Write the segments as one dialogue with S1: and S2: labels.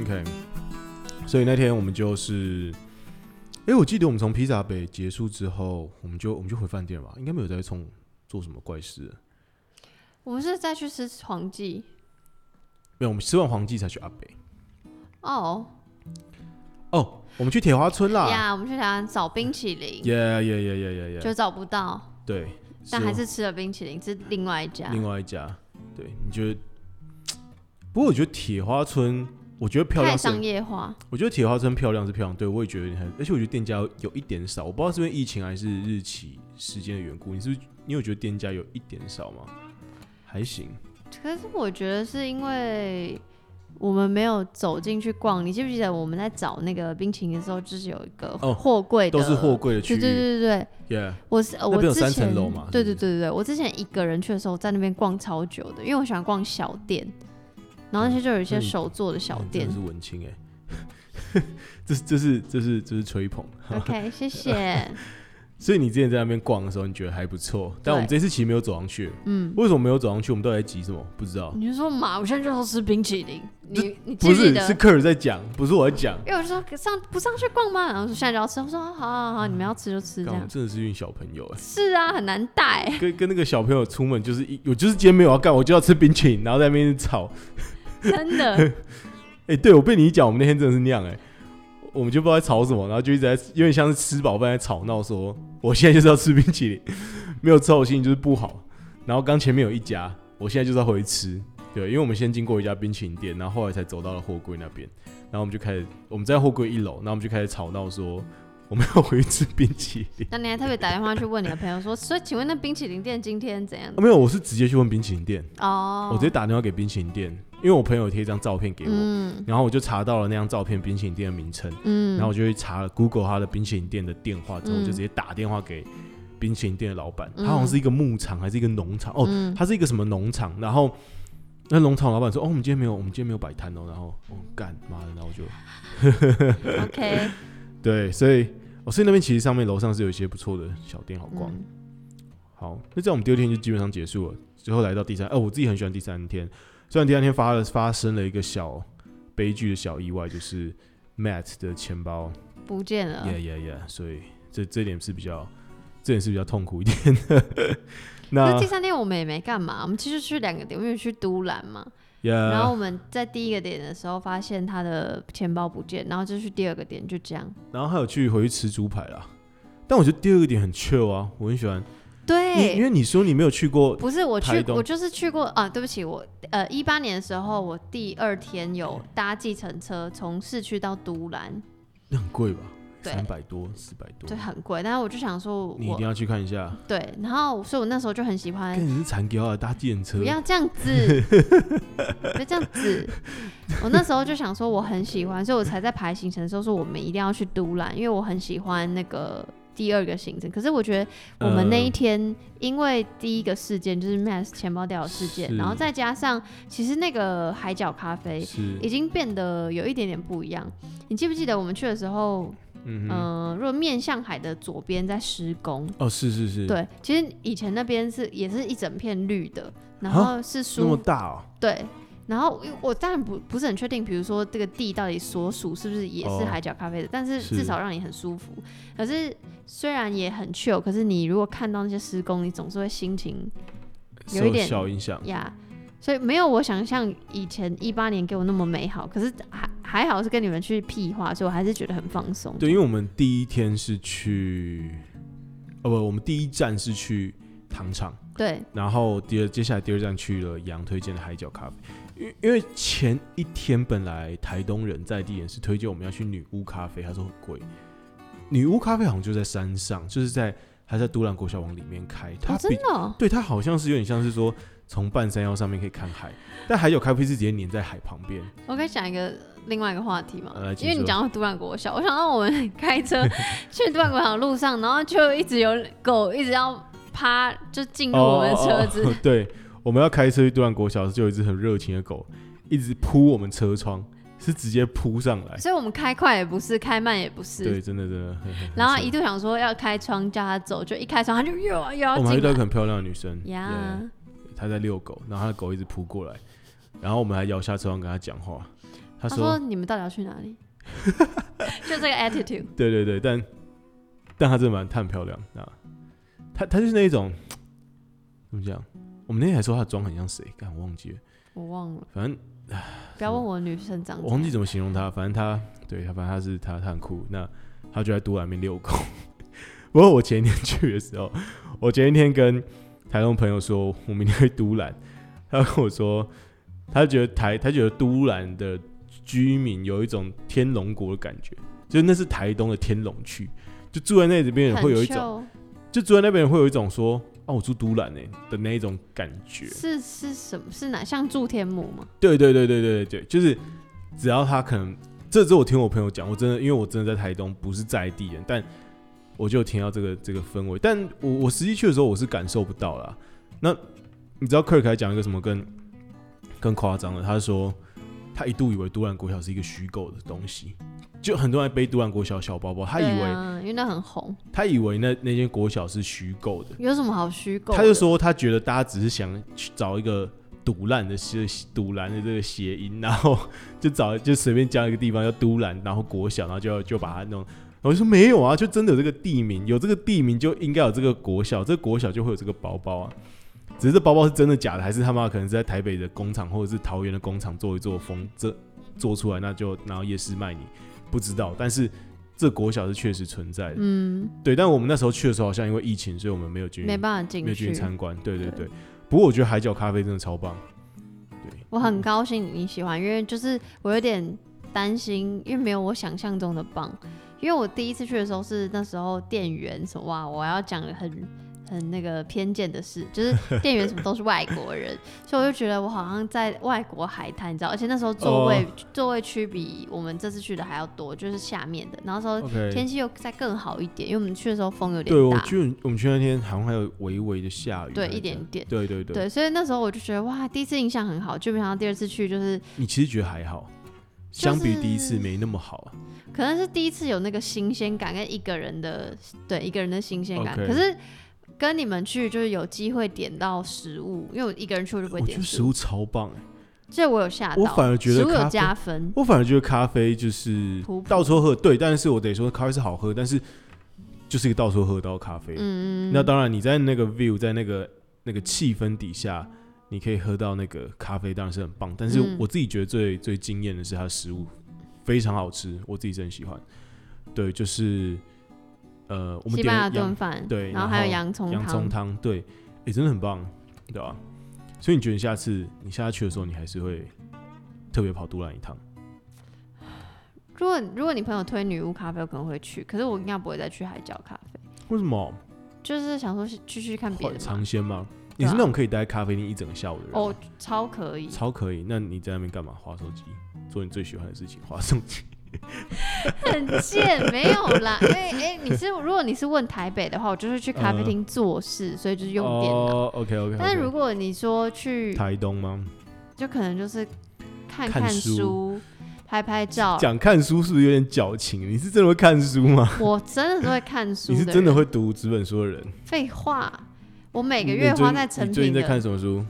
S1: OK，所以那天我们就是，哎、我记得我们从披萨北结束之后，我们就我们就回饭店吧，应该没有再冲做什么怪事了。
S2: 我们是再去吃黄记
S1: 没有，我们吃完黄记才去阿北。
S2: 哦
S1: 哦，我们去铁花村啦！
S2: 呀，我们去台湾找冰淇淋
S1: 耶耶耶耶耶耶！
S2: 就找不到，
S1: 对，
S2: 但还是吃了冰淇淋，是另外一家，
S1: 另外一家。对，你觉得？不过我觉得铁花村，我觉得漂
S2: 太
S1: 亮是
S2: 商业化。
S1: 我觉得铁花村漂亮是漂亮，对我也觉得很，而且我觉得店家有一点少，我不知道是因为疫情还是日期时间的缘故。你是不是你有觉得店家有一点少吗？还行，
S2: 可是我觉得是因为我们没有走进去逛，你记不记得我们在找那个冰淇淋的时候，就是有一个
S1: 哦
S2: 货柜的、
S1: 都是货柜的区
S2: 对对
S1: 域
S2: 对对，
S1: ，Yeah，
S2: 我是呃
S1: 那
S2: 我
S1: 边有
S2: 之
S1: 三
S2: 前
S1: 层楼嘛
S2: 对
S1: 是
S2: 对
S1: 不
S2: 对对对，我之前一个人去的时候，在那边逛超久的，因为我喜欢逛小店，然后那些就有一些
S1: 嗯
S2: 手做的小
S1: 嗯
S2: 店
S1: 真的。是文青哎、 这是这是这是这是吹捧。
S2: OK，谢谢。
S1: 所以你之前在那边逛的时候，你觉得还不错，但我们这次其实没有走上去。
S2: 嗯，
S1: 为什么没有走上去？我们到底在急什么？不知道。
S2: 你就说嘛，我现在就要吃冰淇淋，你你记
S1: 哦不
S2: 不记
S1: 是，
S2: 得？
S1: 是客人在讲，不是我在讲。
S2: 因为我就说上不上去逛吗？然后说现在就要吃，我说好好好，你们要吃就吃这
S1: 干我
S2: 样
S1: 们。真的是一群小朋友哎、
S2: 是啊，很难带。
S1: 跟跟那个小朋友出门，就是一我就是今天没有要干，我就要吃冰淇淋，然后在那边吵。
S2: 真的，
S1: 哎、对我被你一讲，我们那天真的是那样哎、我们就不知道在吵什么，然后就一直在有点像是吃饱饭在吵闹，说我现在就是要吃冰淇淋，没有吃好我心情就是不好。然后刚前面有一家，我现在就是要回去吃，对，因为我们先经过一家冰淇淋店，然后后来才走到了货柜那边，然后我们就开始我们在货柜一楼，然后我们就开始吵闹说我们要回去吃冰淇淋。
S2: 那你还特别打电话去问你的朋友说，所以请问那冰淇淋店今天怎样
S1: 啊、？没有，我是直接去问冰淇淋店，
S2: 哦，
S1: 我直接打电话给冰淇淋店，因为我朋友有贴一张照片给我，
S2: 嗯
S1: 然后我就查到了那张照片冰淇淋店的名称，
S2: 嗯，
S1: 然后我就去查了 Google 它的冰淇淋店的电话之后，我
S2: 嗯
S1: 就直接打电话给冰淇淋店的老板，
S2: 嗯
S1: 他好像是一个牧场还是一个农场哦，
S2: 嗯
S1: 他是一个什么农场，然后。那农场老板说：“哦，我们今天没有，我们今天没有摆摊哦。”然后，哦，干妈的，然后我就
S2: ，OK，
S1: 对，所以，哦，所以那边其实上面楼上是有一些不错的小店好逛。
S2: 嗯
S1: 好，那这样我们第二天就基本上结束了，最后来到第三，哦，我自己很喜欢第三天，虽然第三天发了发生了一个小悲剧的小意外，就是 Matt 的钱包，
S2: 不见了
S1: 呀。呀呀，所以这这点是比较，这点是比较痛苦一点的。那
S2: 那第三天我们也没干嘛，我们其实去两个点，我们有去都兰嘛。然
S1: 呀，
S2: 后我们在第一个点的时候发现他的钱包不见，然后就去第二个点，就这样。
S1: 然后还有去回去吃猪排啦，但我觉得第二个点很 chill 啊，我很喜欢，你因
S2: 对，
S1: 为你说你没有去过，
S2: 不是我
S1: 台
S2: 去，
S1: 东
S2: 我就是去过啊。对不起，我呃一八年的时候，我第二天有搭计程车从市区到都兰，
S1: 那很贵吧，
S2: 对
S1: 三百多，四百多
S2: 对，，很贵。但是我就想说
S1: 你一
S2: 我
S1: 定要去看一下。
S2: 对，然后所以我那时候就很喜欢
S1: 跟你是残给啊，搭电车
S2: 不，要这样 子，不要这样子。我那时候就想说我很喜欢，所以我才在排行程的时候说我们一定要去都兰，因为我很喜欢那个第二个行程。可是我觉得
S1: 呃
S2: 我们那一天，因为第一个事件就是 Mass 钱包掉的事件，
S1: 是
S2: 然后再加上其实那个海角咖啡
S1: 是
S2: 已经变得有一点点不一样。你记不记得我们去的时候，
S1: 嗯
S2: 嗯、
S1: 哼，
S2: 如果面向海的左边在施工，
S1: 哦，是是是，，
S2: 对，其实以前那边是也是一整片绿的，然
S1: 啊
S2: 后是
S1: 那么
S2: 疏
S1: 大哦，
S2: 对，然后因为我当然不不是很确定，比如说这个地到底所属是不是也
S1: 哦
S2: 是海角咖啡的，但是
S1: 是
S2: 至少让你很舒服。可是虽然也很 chill，可是你如果看到那些施工，你总是会心情有一
S1: 受
S2: 点
S1: 小影响，
S2: 呀。所以没有我想象以前一八年给我那么美好，可是还还好是跟你们去屁话，所以我还是觉得很放松。
S1: 对，因为我们第一天是去，哦不，我们第一站是去糖厂，
S2: 对
S1: 然后第二接下来第二站去了杨推荐的海角咖啡，因因为前一天本来台东人在地人是推荐我们要去女巫咖啡，他说很贵，女巫咖啡好像就在山上，就是在还在都兰国小往里面开，它
S2: 哦，真
S1: 比
S2: 的哦、
S1: 对，它好像是有点像是说从半山腰上面可以看海，但海有开辟是直接粘在海旁边。
S2: 我可以讲一个另外一个话题吗
S1: 呃来？请
S2: 因为你
S1: 说
S2: 讲到都兰国小，我 想到我们开 车去都兰国小的路上，然后就一直有狗一直要趴，就进入 我们的车子。
S1: 哦哦哦 对，我们要开车去杜兰国小，就有一只很热情的狗，一直扑我们车窗，是直接扑上来。
S2: 所以我们开快也不是，开慢也不
S1: 哦对，
S2: 是。
S1: 真的真的。很很
S2: 然后
S1: 很
S2: 一
S1: 扯
S2: 度想说要开窗叫它走，就一开窗它就又要又
S1: 我
S2: 要
S1: 们还遇
S2: 进
S1: 到一
S2: 来
S1: 个很漂亮的女生，
S2: 呀
S1: Oh yeah，她在遛狗，然后她的狗一直扑过来，然后我们还摇下车窗跟她讲话。他
S2: 他
S1: 说
S2: 说你们到底要去哪里？ 就这个 attitude，
S1: 对对对，但但她真的蛮她很漂亮啊，她她就是那一种怎么讲？我们那天还说她的妆很像谁，干我忘记了，
S2: 我忘了，
S1: 反正
S2: 不要问我女生长
S1: 我
S2: 怎
S1: 忘记
S2: 样。
S1: 怎么形容她，反正她对她反正她是她她很酷，那她就在都兰那边遛狗。 不过我前一天去的时候，我前一天跟台东朋友说我明天去都兰，他跟我说他觉得台他觉得都兰的居民有一种天龙国的感觉，就那是台东的天龙区，就住在那里边人会有一种。
S2: 种
S1: 就住在那边人会有一种说啊，我住都兰呢、的那一种感觉。
S2: 是是什么？是哪像住天母吗？
S1: 对对对对对对对，就是只要他可能，这是我听我朋友讲，我真的因为我真的在台东不是在地人，但我就有听到这个这个氛围，但我我实际去的时候我是感受不到啦。那你知道 Kirk 还讲一个什么更更夸张的？他说他一度以为都兰国小是一个虚构的东西，就很多人背都兰国小小包包，他以
S2: 对
S1: 为、
S2: 啊、因为那很红，
S1: 他以为那那间国小是虚构的。
S2: 有什么好虚构的？
S1: 他就说他觉得大家只是想去找一个独烂的谐独烂的这个谐音，然后就找就随便加一个地方叫都兰，然后国小，然后就就把它弄。 我就说没有啊，就真的有这个地名，有这个地名就应该有这个国小，这个国小就会有这个包包啊。只是这包包是真的假的，还是他妈可能是在台北的工厂或者是桃园的工厂做一做风这做出来，那就然后夜市卖你，不知道。但是这国小是确实存在的，
S2: 嗯，
S1: 对。但我们那时候去的时候好像因为疫情，所以我们没有进去
S2: 没办法进
S1: 没有进
S2: 去
S1: 去。参观。对对对，不过我觉得海角咖啡真的超棒。对，
S2: 我很高兴你喜欢，因为就是我有点担心，因为没有我想象中的棒。因为我第一次去的时候是那时候店员什么哇，我要讲很很那个偏见的事， 就是店员什么都是外国人，所以我就觉得我好像在外国海滩，你知道？而且那时候座位、
S1: 哦
S2: 座位区比我们这次去的还要多，就是下面的。然后说
S1: OK
S2: 呃天气又再更好一点，因为我们去的时候风有
S1: 哦
S2: 点
S1: 对我
S2: 大，
S1: 去我们去那天好像还有微微的下雨，
S2: 对
S1: 还是
S2: 一点
S1: 怎样
S2: 点
S1: 对对对，
S2: 对，所以那时候我就觉得哇，第一次印象很好，就没想到第二次去就是
S1: 你其实觉得还好，相比第一次没那么好啊。
S2: 可能是第一次有那个新鲜感跟一个人的对一个人的新鲜感
S1: OK
S2: 可是跟你们去就是有机会点到食物，因为我一个人去我就不会
S1: 我觉
S2: 点
S1: 得食
S2: 物，
S1: 物超棒、欸，
S2: 这我有吓到，
S1: 我反而觉得
S2: 食物
S1: 咖
S2: 有
S1: 啡
S2: 加分，
S1: 我反而觉得咖啡就是
S2: 普普
S1: 到处喝，对，但是我得说咖啡是好喝，但是就是一个到处喝到的咖啡。
S2: 嗯，
S1: 那当然，你在那个 view，在那个那个气氛底下，你可以喝到那个咖啡，当然是很棒。但是
S2: 嗯
S1: 我自己觉得最最惊艳的是它的食物非常好吃，我自己真喜欢。对，就是呃，我们
S2: 西
S1: 点
S2: 班牙
S1: 了
S2: 炖
S1: 洋
S2: 饭，
S1: 对
S2: 然后
S1: 然
S2: 还有
S1: 后
S2: 洋葱
S1: 洋葱
S2: 汤，
S1: 汤，对，哎、真的很棒，对吧、所以你觉得你下次你下次去的时候，你还是会特别跑杜兰一趟？
S2: 如果如果你朋友推女巫咖啡，我可能会去，可是我应该不会再去海角咖啡，
S1: 为什么？
S2: 就是想说是去去看别
S1: 会
S2: 的嘛
S1: 尝，鲜吗？你
S2: 对
S1: 是
S2: 啊
S1: 那种可以待在咖啡厅一整个下午的人吗
S2: 哦，超可以，
S1: 超可以。那你在那边干嘛？划手机，做你最喜欢的事情，划手机。
S2: 很贱，没有 啦，因为哎、你是如果你是问台北的话，我就是去咖啡厅做事，所以就是用电脑。
S1: 哦，OK，OK，OK、o k OK。
S2: 但是如果你说去，
S1: 台东吗？
S2: 就可能就是看
S1: 看
S2: 看
S1: 书
S2: 书、拍拍照。
S1: 哦讲 看书是不是有点矫情？你是真的会看书吗？
S2: 我真的是会看书
S1: 你是
S2: 人
S1: 真的会读纸本书的人？
S2: 废话，我每个
S1: 你
S2: 月
S1: 最
S2: 花在成
S1: 你最
S2: 品
S1: 近在
S2: 的。
S1: 看什么书？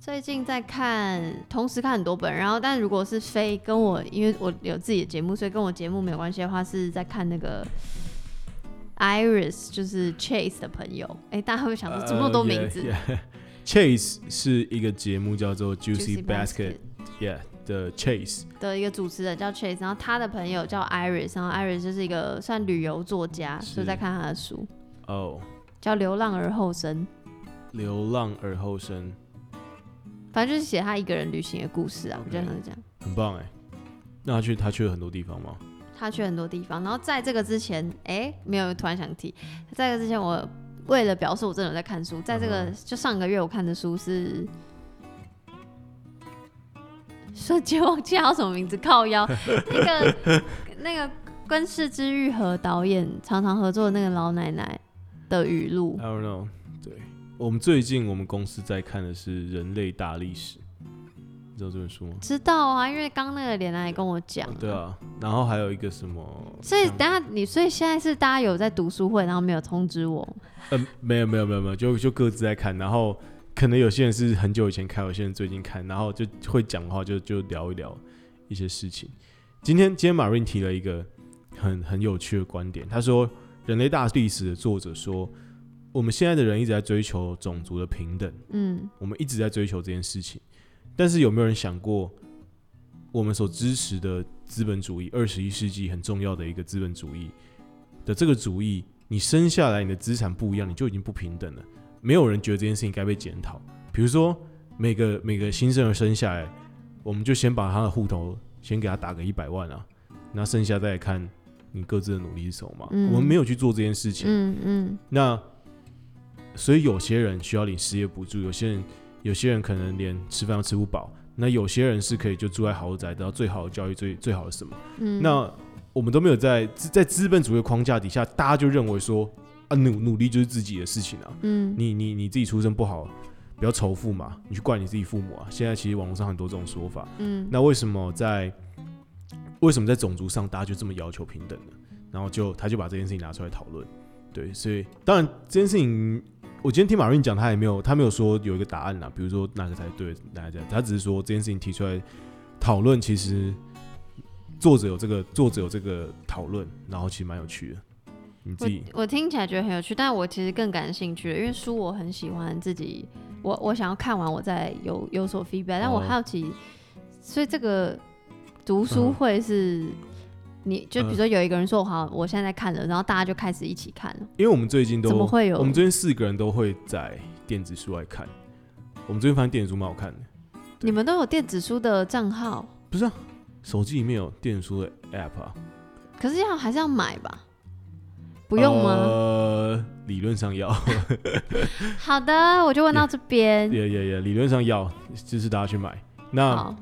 S2: 最近在看，同时看很多本，然后但如果是非跟我，因为我有自己的节目，所以跟我节目没有关系的话，是在看那个 Iris，就是 Chase 的朋友。哎、大家会想说怎么那么多
S1: 呃
S2: 名字
S1: yeah, yeah. Chase 是一个节目叫做 Juicy
S2: Juicy
S1: Basket Yeah 的 Chase，
S2: 的一个主持人叫 Chase，然后他的朋友叫 Iris，然后 Iris 就是一个算旅游作家，
S1: 是
S2: 所以在看他的书，
S1: 哦，
S2: 叫《流浪而后生》，
S1: 流浪而后生，
S2: 反正就是写他一个人旅行的故事啊。
S1: OK
S2: 我觉得很这样，
S1: 很棒哎。那他去他去了很多地方吗？
S2: 他去很多地方。然后在这个之前，哎、没有，突然想提，
S1: 嗯
S2: 在这个之前，我为了表示我真的有在看书，在这个、
S1: 嗯
S2: 就上个月我看的书是。瞬间忘记他叫什么名字，靠 腰那个那个跟世之愈和导演常常合作的那个老奶奶的语录
S1: I don't know。对，我们最近我们公司在看的是《人类大历史》，你知道这本书吗？
S2: 知道啊，因为刚那个连奶跟我讲、
S1: 对。啊，然后还有一个什么？
S2: 所以
S1: 像
S2: 等下你，所以现在是大家有在读书会，然后没有通知我。
S1: 嗯，没有没有没有没有，就就各自在看，然后可能有些人是很久以前看，有些人最近看，然后就会讲的话就就聊一聊，一些事情。今天今天马瑞提了一个很很有趣的观点，他说《人类大历史》的作者说，我们现在的人一直在追求种族的平等，
S2: 嗯，
S1: 我们一直在追求这件事情，但是有没有人想过，我们所支持的资本主义，二十一世纪很重要的一个资本主义的这个主义，你生下来你的资产不一样，你就已经不平等了。没有人觉得这件事情该被检讨。比如说，每个每个新生儿生下来，我们就先把他的户头先给他打个一百万啊，那剩下再来看你各自的努力是什么嘛。
S2: 嗯
S1: 我们没有去做这件事情，啊
S2: 嗯嗯
S1: 那所以有些人需要领失业补助，有些人有些人可能连吃饭都吃不饱，那有些人是可以就住在豪宅，得到最好的教育、最最好的什么。
S2: 嗯，
S1: 那我们都没有在资在资本主义的框架底下，大家就认为说啊努努力就是自己的事情啊，
S2: 嗯
S1: 你你你自己出身不好，不要仇富嘛，你去怪你自己父母啊。现在其实网络上很多这种说法，
S2: 嗯
S1: 那为什么在为什么在种族上大家就这么要求平等呢？然后就他就把这件事情拿出来讨论，对，所以当然这件事情，我今天听马云讲，他也没有他没有说有一个答案啦，比如说哪个才对，哪个才，他只是说这件事情提出来讨论，其实作者有这个作者有这个讨论，然后其实蛮有趣的，你自
S2: 我
S1: 己
S2: 我听起来觉得很有趣，但我其实更感兴趣的，因为书我很喜欢自己，我我想要看完我再有有所 feedback，但我
S1: 哦
S2: 好奇，所以这个读
S1: 嗯
S2: 书
S1: 哼
S2: 会是。你就比如
S1: 嗯
S2: 说有一个人说好，我现在在看了，然后大家就开始一起看了，
S1: 因为我们最近都
S2: 怎么会有
S1: 我们最近四个人都会在电子书来看，我们最近发现电子书蛮好看的，对
S2: 你们都有电子书的账号，
S1: 不是啊，手机里面有电子书的 app 啊，
S2: 可是要还是要买吧？不用吗？
S1: 呃，理论上要，
S2: 好的，我就问到这边。
S1: 也啊也也，理论上要，就是大家去买。那
S2: 好，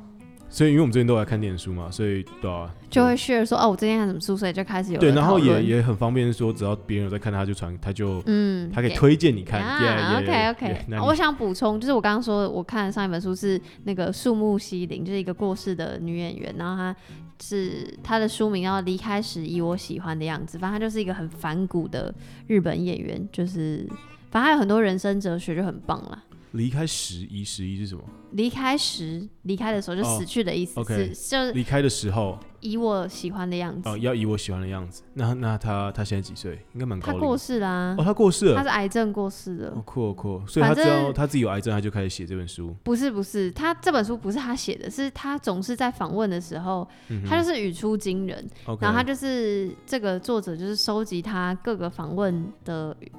S1: 所以，因为我们最近都来看电子书嘛，所以对啊，
S2: 就会 share 说哦，我最近看什么书，所以就开始有
S1: 对，
S2: 了
S1: 然后
S2: 讨论
S1: 也也很方便说，只要别人有在看，他就传，他就
S2: 嗯，
S1: 他可以
S2: 给
S1: 推荐你看。
S2: 啊
S1: Yeah, yeah, yeah,
S2: OK OK，
S1: yeah，那你
S2: 我想补充，就是我刚刚说的，我看的上一本书是那个树木希林，就是一个过世的女演员，然后她是她的书名叫《离开时以我喜欢的样子》，反正她就是一个很反骨的日本演员，就是反正她有很多人生哲学，就很棒啦。
S1: 离开十一，十一是什么？
S2: 离开时，离开的时候就
S1: 哦
S2: 死去的意思，
S1: OK
S2: 是就是
S1: 离开的时候
S2: 以我喜欢的样子。
S1: 哦，要以我喜欢的样子。那那他他现在几岁？应该蛮
S2: 她
S1: 高龄
S2: 过
S1: 的。
S2: 世啦、
S1: 哦，他过世
S2: 她
S1: 了。
S2: 是癌症过世的。
S1: 哦，酷哦酷哦，所以他知
S2: 反正
S1: 道他自己有癌症，他就开始写这本书。
S2: 不是不是，他这本书不是他写的，是他总是在访问的时候，
S1: 嗯哼
S2: 他就是语出惊人。
S1: OK，
S2: 然后他就是这个作者，就是收集他各个访问的语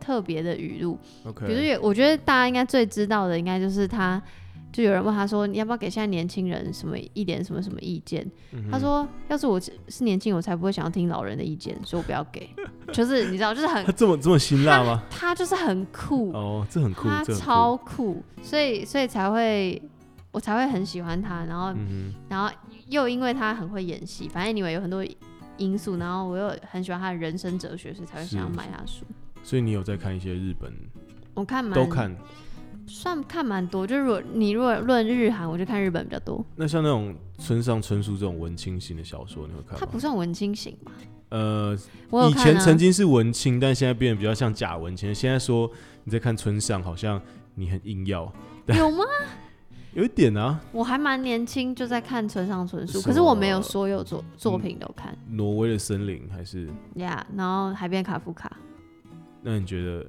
S2: 特别的语录。
S1: OK，
S2: 比如说有，我觉得大家应该最知道的，应该就是他，就有人问他说，你要不要给现在年轻人什么一点什么什么意见？
S1: 嗯哼
S2: 他说，要是我是年轻，我才不会想要听老人的意见，所以我不要给。 就是你知道，就是很
S1: 他这么这么辛辣吗？
S2: 他就是很酷，
S1: 哦，这很酷，
S2: 他
S1: 这很酷
S2: 超酷，所以所以才会我才会很喜欢他，然后、
S1: 嗯
S2: 然后又因为他很会演戏，反正 anyway 有很多因素，然后我又很喜欢他的人生哲学，所以才会
S1: 是
S2: 想要买他的书。
S1: 哼，所以你有在看一些日本
S2: 我看蛮
S1: 都看，
S2: 算看蛮多，就是如果你如果论日韩，我就看日本比较多。
S1: 那像那种村上春树这种文青型的小说，你会看
S2: 他不
S1: 吗？
S2: 算文青型吧？
S1: 呃，
S2: 我有
S1: 以
S2: 看、啊、
S1: 前曾经是文青，但现在变得比较像假文青。现在说你在看村上，好像你很硬要，
S2: 有吗？
S1: 有一点啊。
S2: 我还蛮年轻就在看村上春树，
S1: 什
S2: 可是我
S1: 么嗯
S2: 没有所有作作品都看
S1: 挪威的森林还是？
S2: 呀。Yeah，然后海边卡夫卡。
S1: 那你觉得？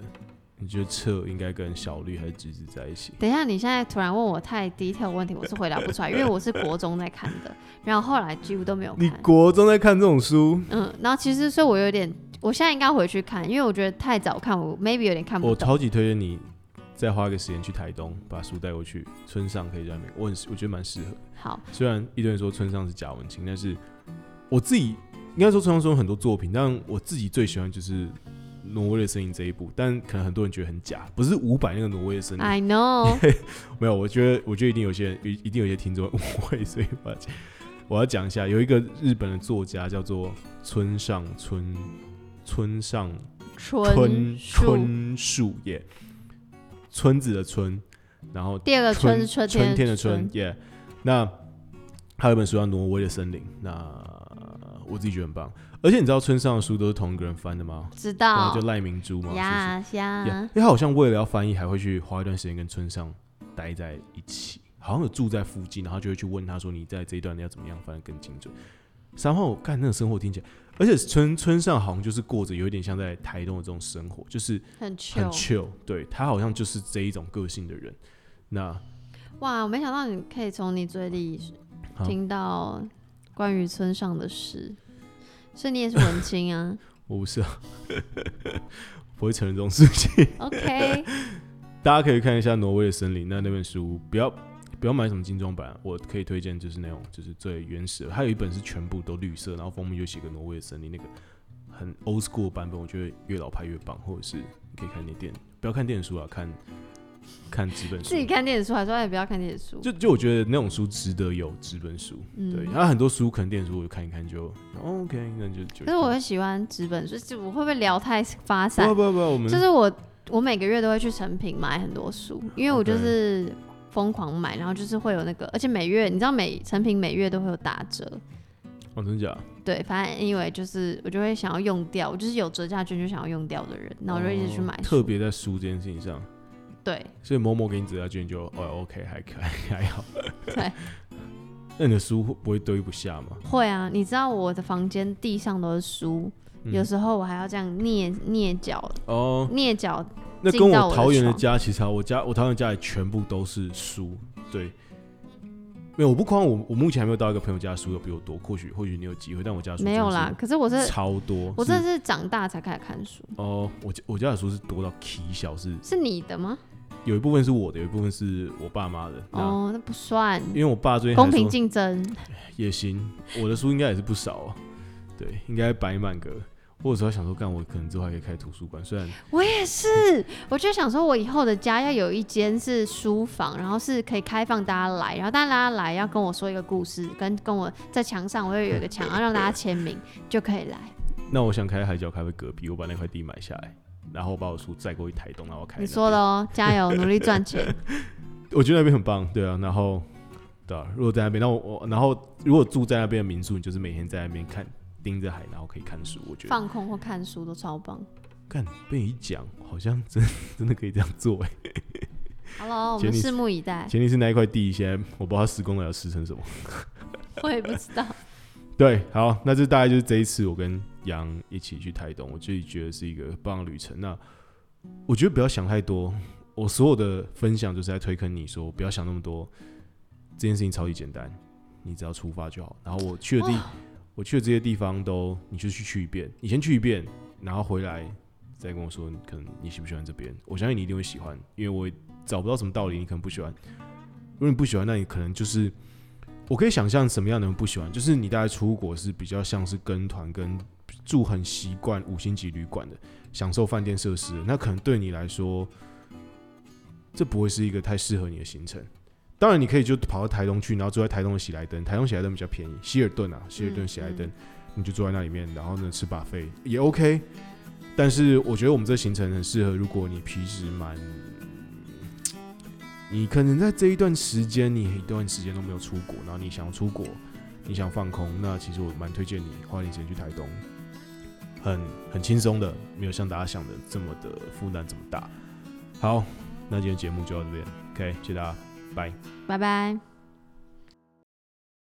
S1: 你觉得彻应该跟小绿还是橘子在一起？
S2: 等一下，你现在突然问我太 detail 问题，我是回答不出 来，因为我是国中在看的，然后后来几乎都没有
S1: 你
S2: 看。
S1: 国中在看这种书，
S2: 嗯，然后其实所以我有点，我现在应该回去看，因为我觉得太早看，我 maybe 有点看不
S1: 我
S2: 懂。
S1: 超级推荐你再花个时间去台东，把书带过去，村上可以在那边，我很我觉得蛮适合。
S2: 好，
S1: 虽然一堆人说村上是假文青，但是我自己应该说村上春树有很多作品，但我自己最喜欢就是《挪威的森林》这一部，但可能很多人觉得很假，不是伍佰那个《挪威的森林》
S2: I know，
S1: 没有，我觉得我觉得一定有些人一一定有些听众会误会，所以我要讲我要讲一下，有一个日本的作家叫做村上春村上春
S2: 春树。
S1: 春树耶村子的村，然后
S2: 第二个呃
S1: 春
S2: 春是
S1: 春
S2: 春天
S1: 天的春，耶。那还有一本书叫《挪威的森林》，那我自己觉得很棒。而且你知道村上的书都是同一个人翻的吗？
S2: 知
S1: 对啊
S2: 道
S1: 就赖明珠嘛，是
S2: 哦呀
S1: 不是？Yeah，
S2: 呀
S1: 因为他好像为了要翻译，还会去花一段时间跟村上待在一起，好像有住在附近，然后就会去问他说你在这一段要怎么样翻得更精准。三号干那个生活听起来，而且村村上好像就是过着有点像在台东的这种生活，就是
S2: 很
S1: 很
S2: chill。
S1: chill，对他好像就是这一种个性的人。那
S2: 哇，我没想到你可以从你嘴里
S1: 好
S2: 听到关于村上的事，所以你也是文青 啊。
S1: 我不是啊，不会承认这种事情。
S2: OK，
S1: 大家可以看一下《挪威的森林》那那本书，不要不要买什么精装版，啊我可以推荐就是那种就是最原始的，还有一本是全部都绿色，然后封面就写个挪威的森林，那个很 old school 的版本，我觉得越老派越棒，或者是你可以看点电，不要看电子书啊，看看纸本书
S2: 自。己看电子书还说哎不要看电子书，
S1: 就就我觉得那种书值得有纸本书，
S2: 嗯
S1: 对，然后很多书可能电子书我就看一看就、哦 OK，那就就。
S2: 可是我会喜欢纸本书，就我会不会聊太发散
S1: 不？不不，我们
S2: 就是我我每个月都会去成品买很多书，因为我就是疯狂买，然后就是会有那个，而且每月你知道每成品每月都会有打折，
S1: 哦，真的假的？
S2: 对，反正 anyway 就是我就会想要用掉，我就是有折价券就想要用掉的人，然后我就一直去买
S1: 哦
S2: 书，
S1: 特别在书这件事情上，
S2: 对，
S1: 所以某某给你指甲卷就哦 OK 还可 还还好。
S2: 对。
S1: 那你的书会不会堆不下吗？
S2: 会啊，你知道我的房间地上都是书，
S1: 嗯
S2: 有时候我还要这样蹑蹑脚
S1: 哦，
S2: 蹑脚，
S1: 那跟
S2: 进到我
S1: 我
S2: 的
S1: 桃园的
S2: 床
S1: 家其实差不啊多我家我桃园家里全部都是书，对。没有，我不夸我，我目前还没有到一个朋友家的书有比我多，或许或许你有机会，但我家的书
S2: 没有
S1: 真的
S2: 啦
S1: 是，
S2: 可是我是
S1: 超多。
S2: 我
S1: 是
S2: 真的是长大才开始看书，
S1: 哦，我家我家的书是多到奇小，是
S2: 是你的吗？
S1: 有一部分是我的，有一部分是我爸妈的。那、
S2: 哦，那不算。
S1: 啊因为我爸最近还
S2: 公平
S1: 说
S2: 竞争，
S1: 也行，我的书应该也是不少啊，对，应该摆满个。我有时候想说，干我可能之后还可以开图书馆，虽然
S2: 我也是，我就想说，我以后的家要有一间是书房，然后是可以开放大家来，然后大家来要跟我说一个故事，跟跟我在墙上，我会有一个 墙，然后让大家签名就可以来。
S1: 那我想开海角咖啡隔壁，我把那块地买下来，然后把我书载过去台东，然后开。
S2: 你说的，哦，加油，努力赚 钱。
S1: 我觉得那边很棒，对啊，然后对啊，如果在那边，那我我然后如果住在那边的民宿，你就是每天在那边看盯着海，然后可以看书，我觉得
S2: 放空或看书都超棒。
S1: 干被你一讲，好像真 真的可以这样做哎，
S2: 好了，我
S1: 杰
S2: 们
S1: 尼斯
S2: 拭目以待。
S1: 前提是那一块地现在我不知道它施工了要施成什么。
S2: 我也不知 道，
S1: 对，好，那这大概就是这一次我跟杨一起去台东，我自己觉得是一个棒的旅程。那我觉得不要想太多，我所有的分享就是在推坑你说不要想那么多，这件事情超级简单，你只要出发就好。然后我去的地，
S2: 哇
S1: 我去的这些地方都，你就去去一遍，你先去一遍，然后回来再跟我说，可能你喜不喜欢这边？我相信你一定会喜欢，因为我也找不到什么道理，你可能不喜欢。如果你不喜欢，那你可能就是，我可以想象什么样的人不喜欢，就是你大概出国是比较像是跟团跟住很习惯五星级旅馆的，享受饭店设施的，那可能对你来说，这不会是一个太适合你的行程。当然，你可以就跑到台东去，然后住在台东的喜来登，台东喜来登比较便宜，希尔顿啊，希尔顿
S2: 嗯
S1: 喜来
S2: 嗯
S1: 登，你就住在那里面，然后呢吃把费也 OK。但是我觉得我们这行程很适合，如果你平时蛮，你可能在这一段时间，你一段时间都没有出国，然后你想要出国，你想放空，那其实我蛮推荐你花点钱去台东，很很轻松的，没有像大家想的这么的负担这么大。好，那今天节目就到这边，OK，谢谢大家，拜。
S2: 拜拜。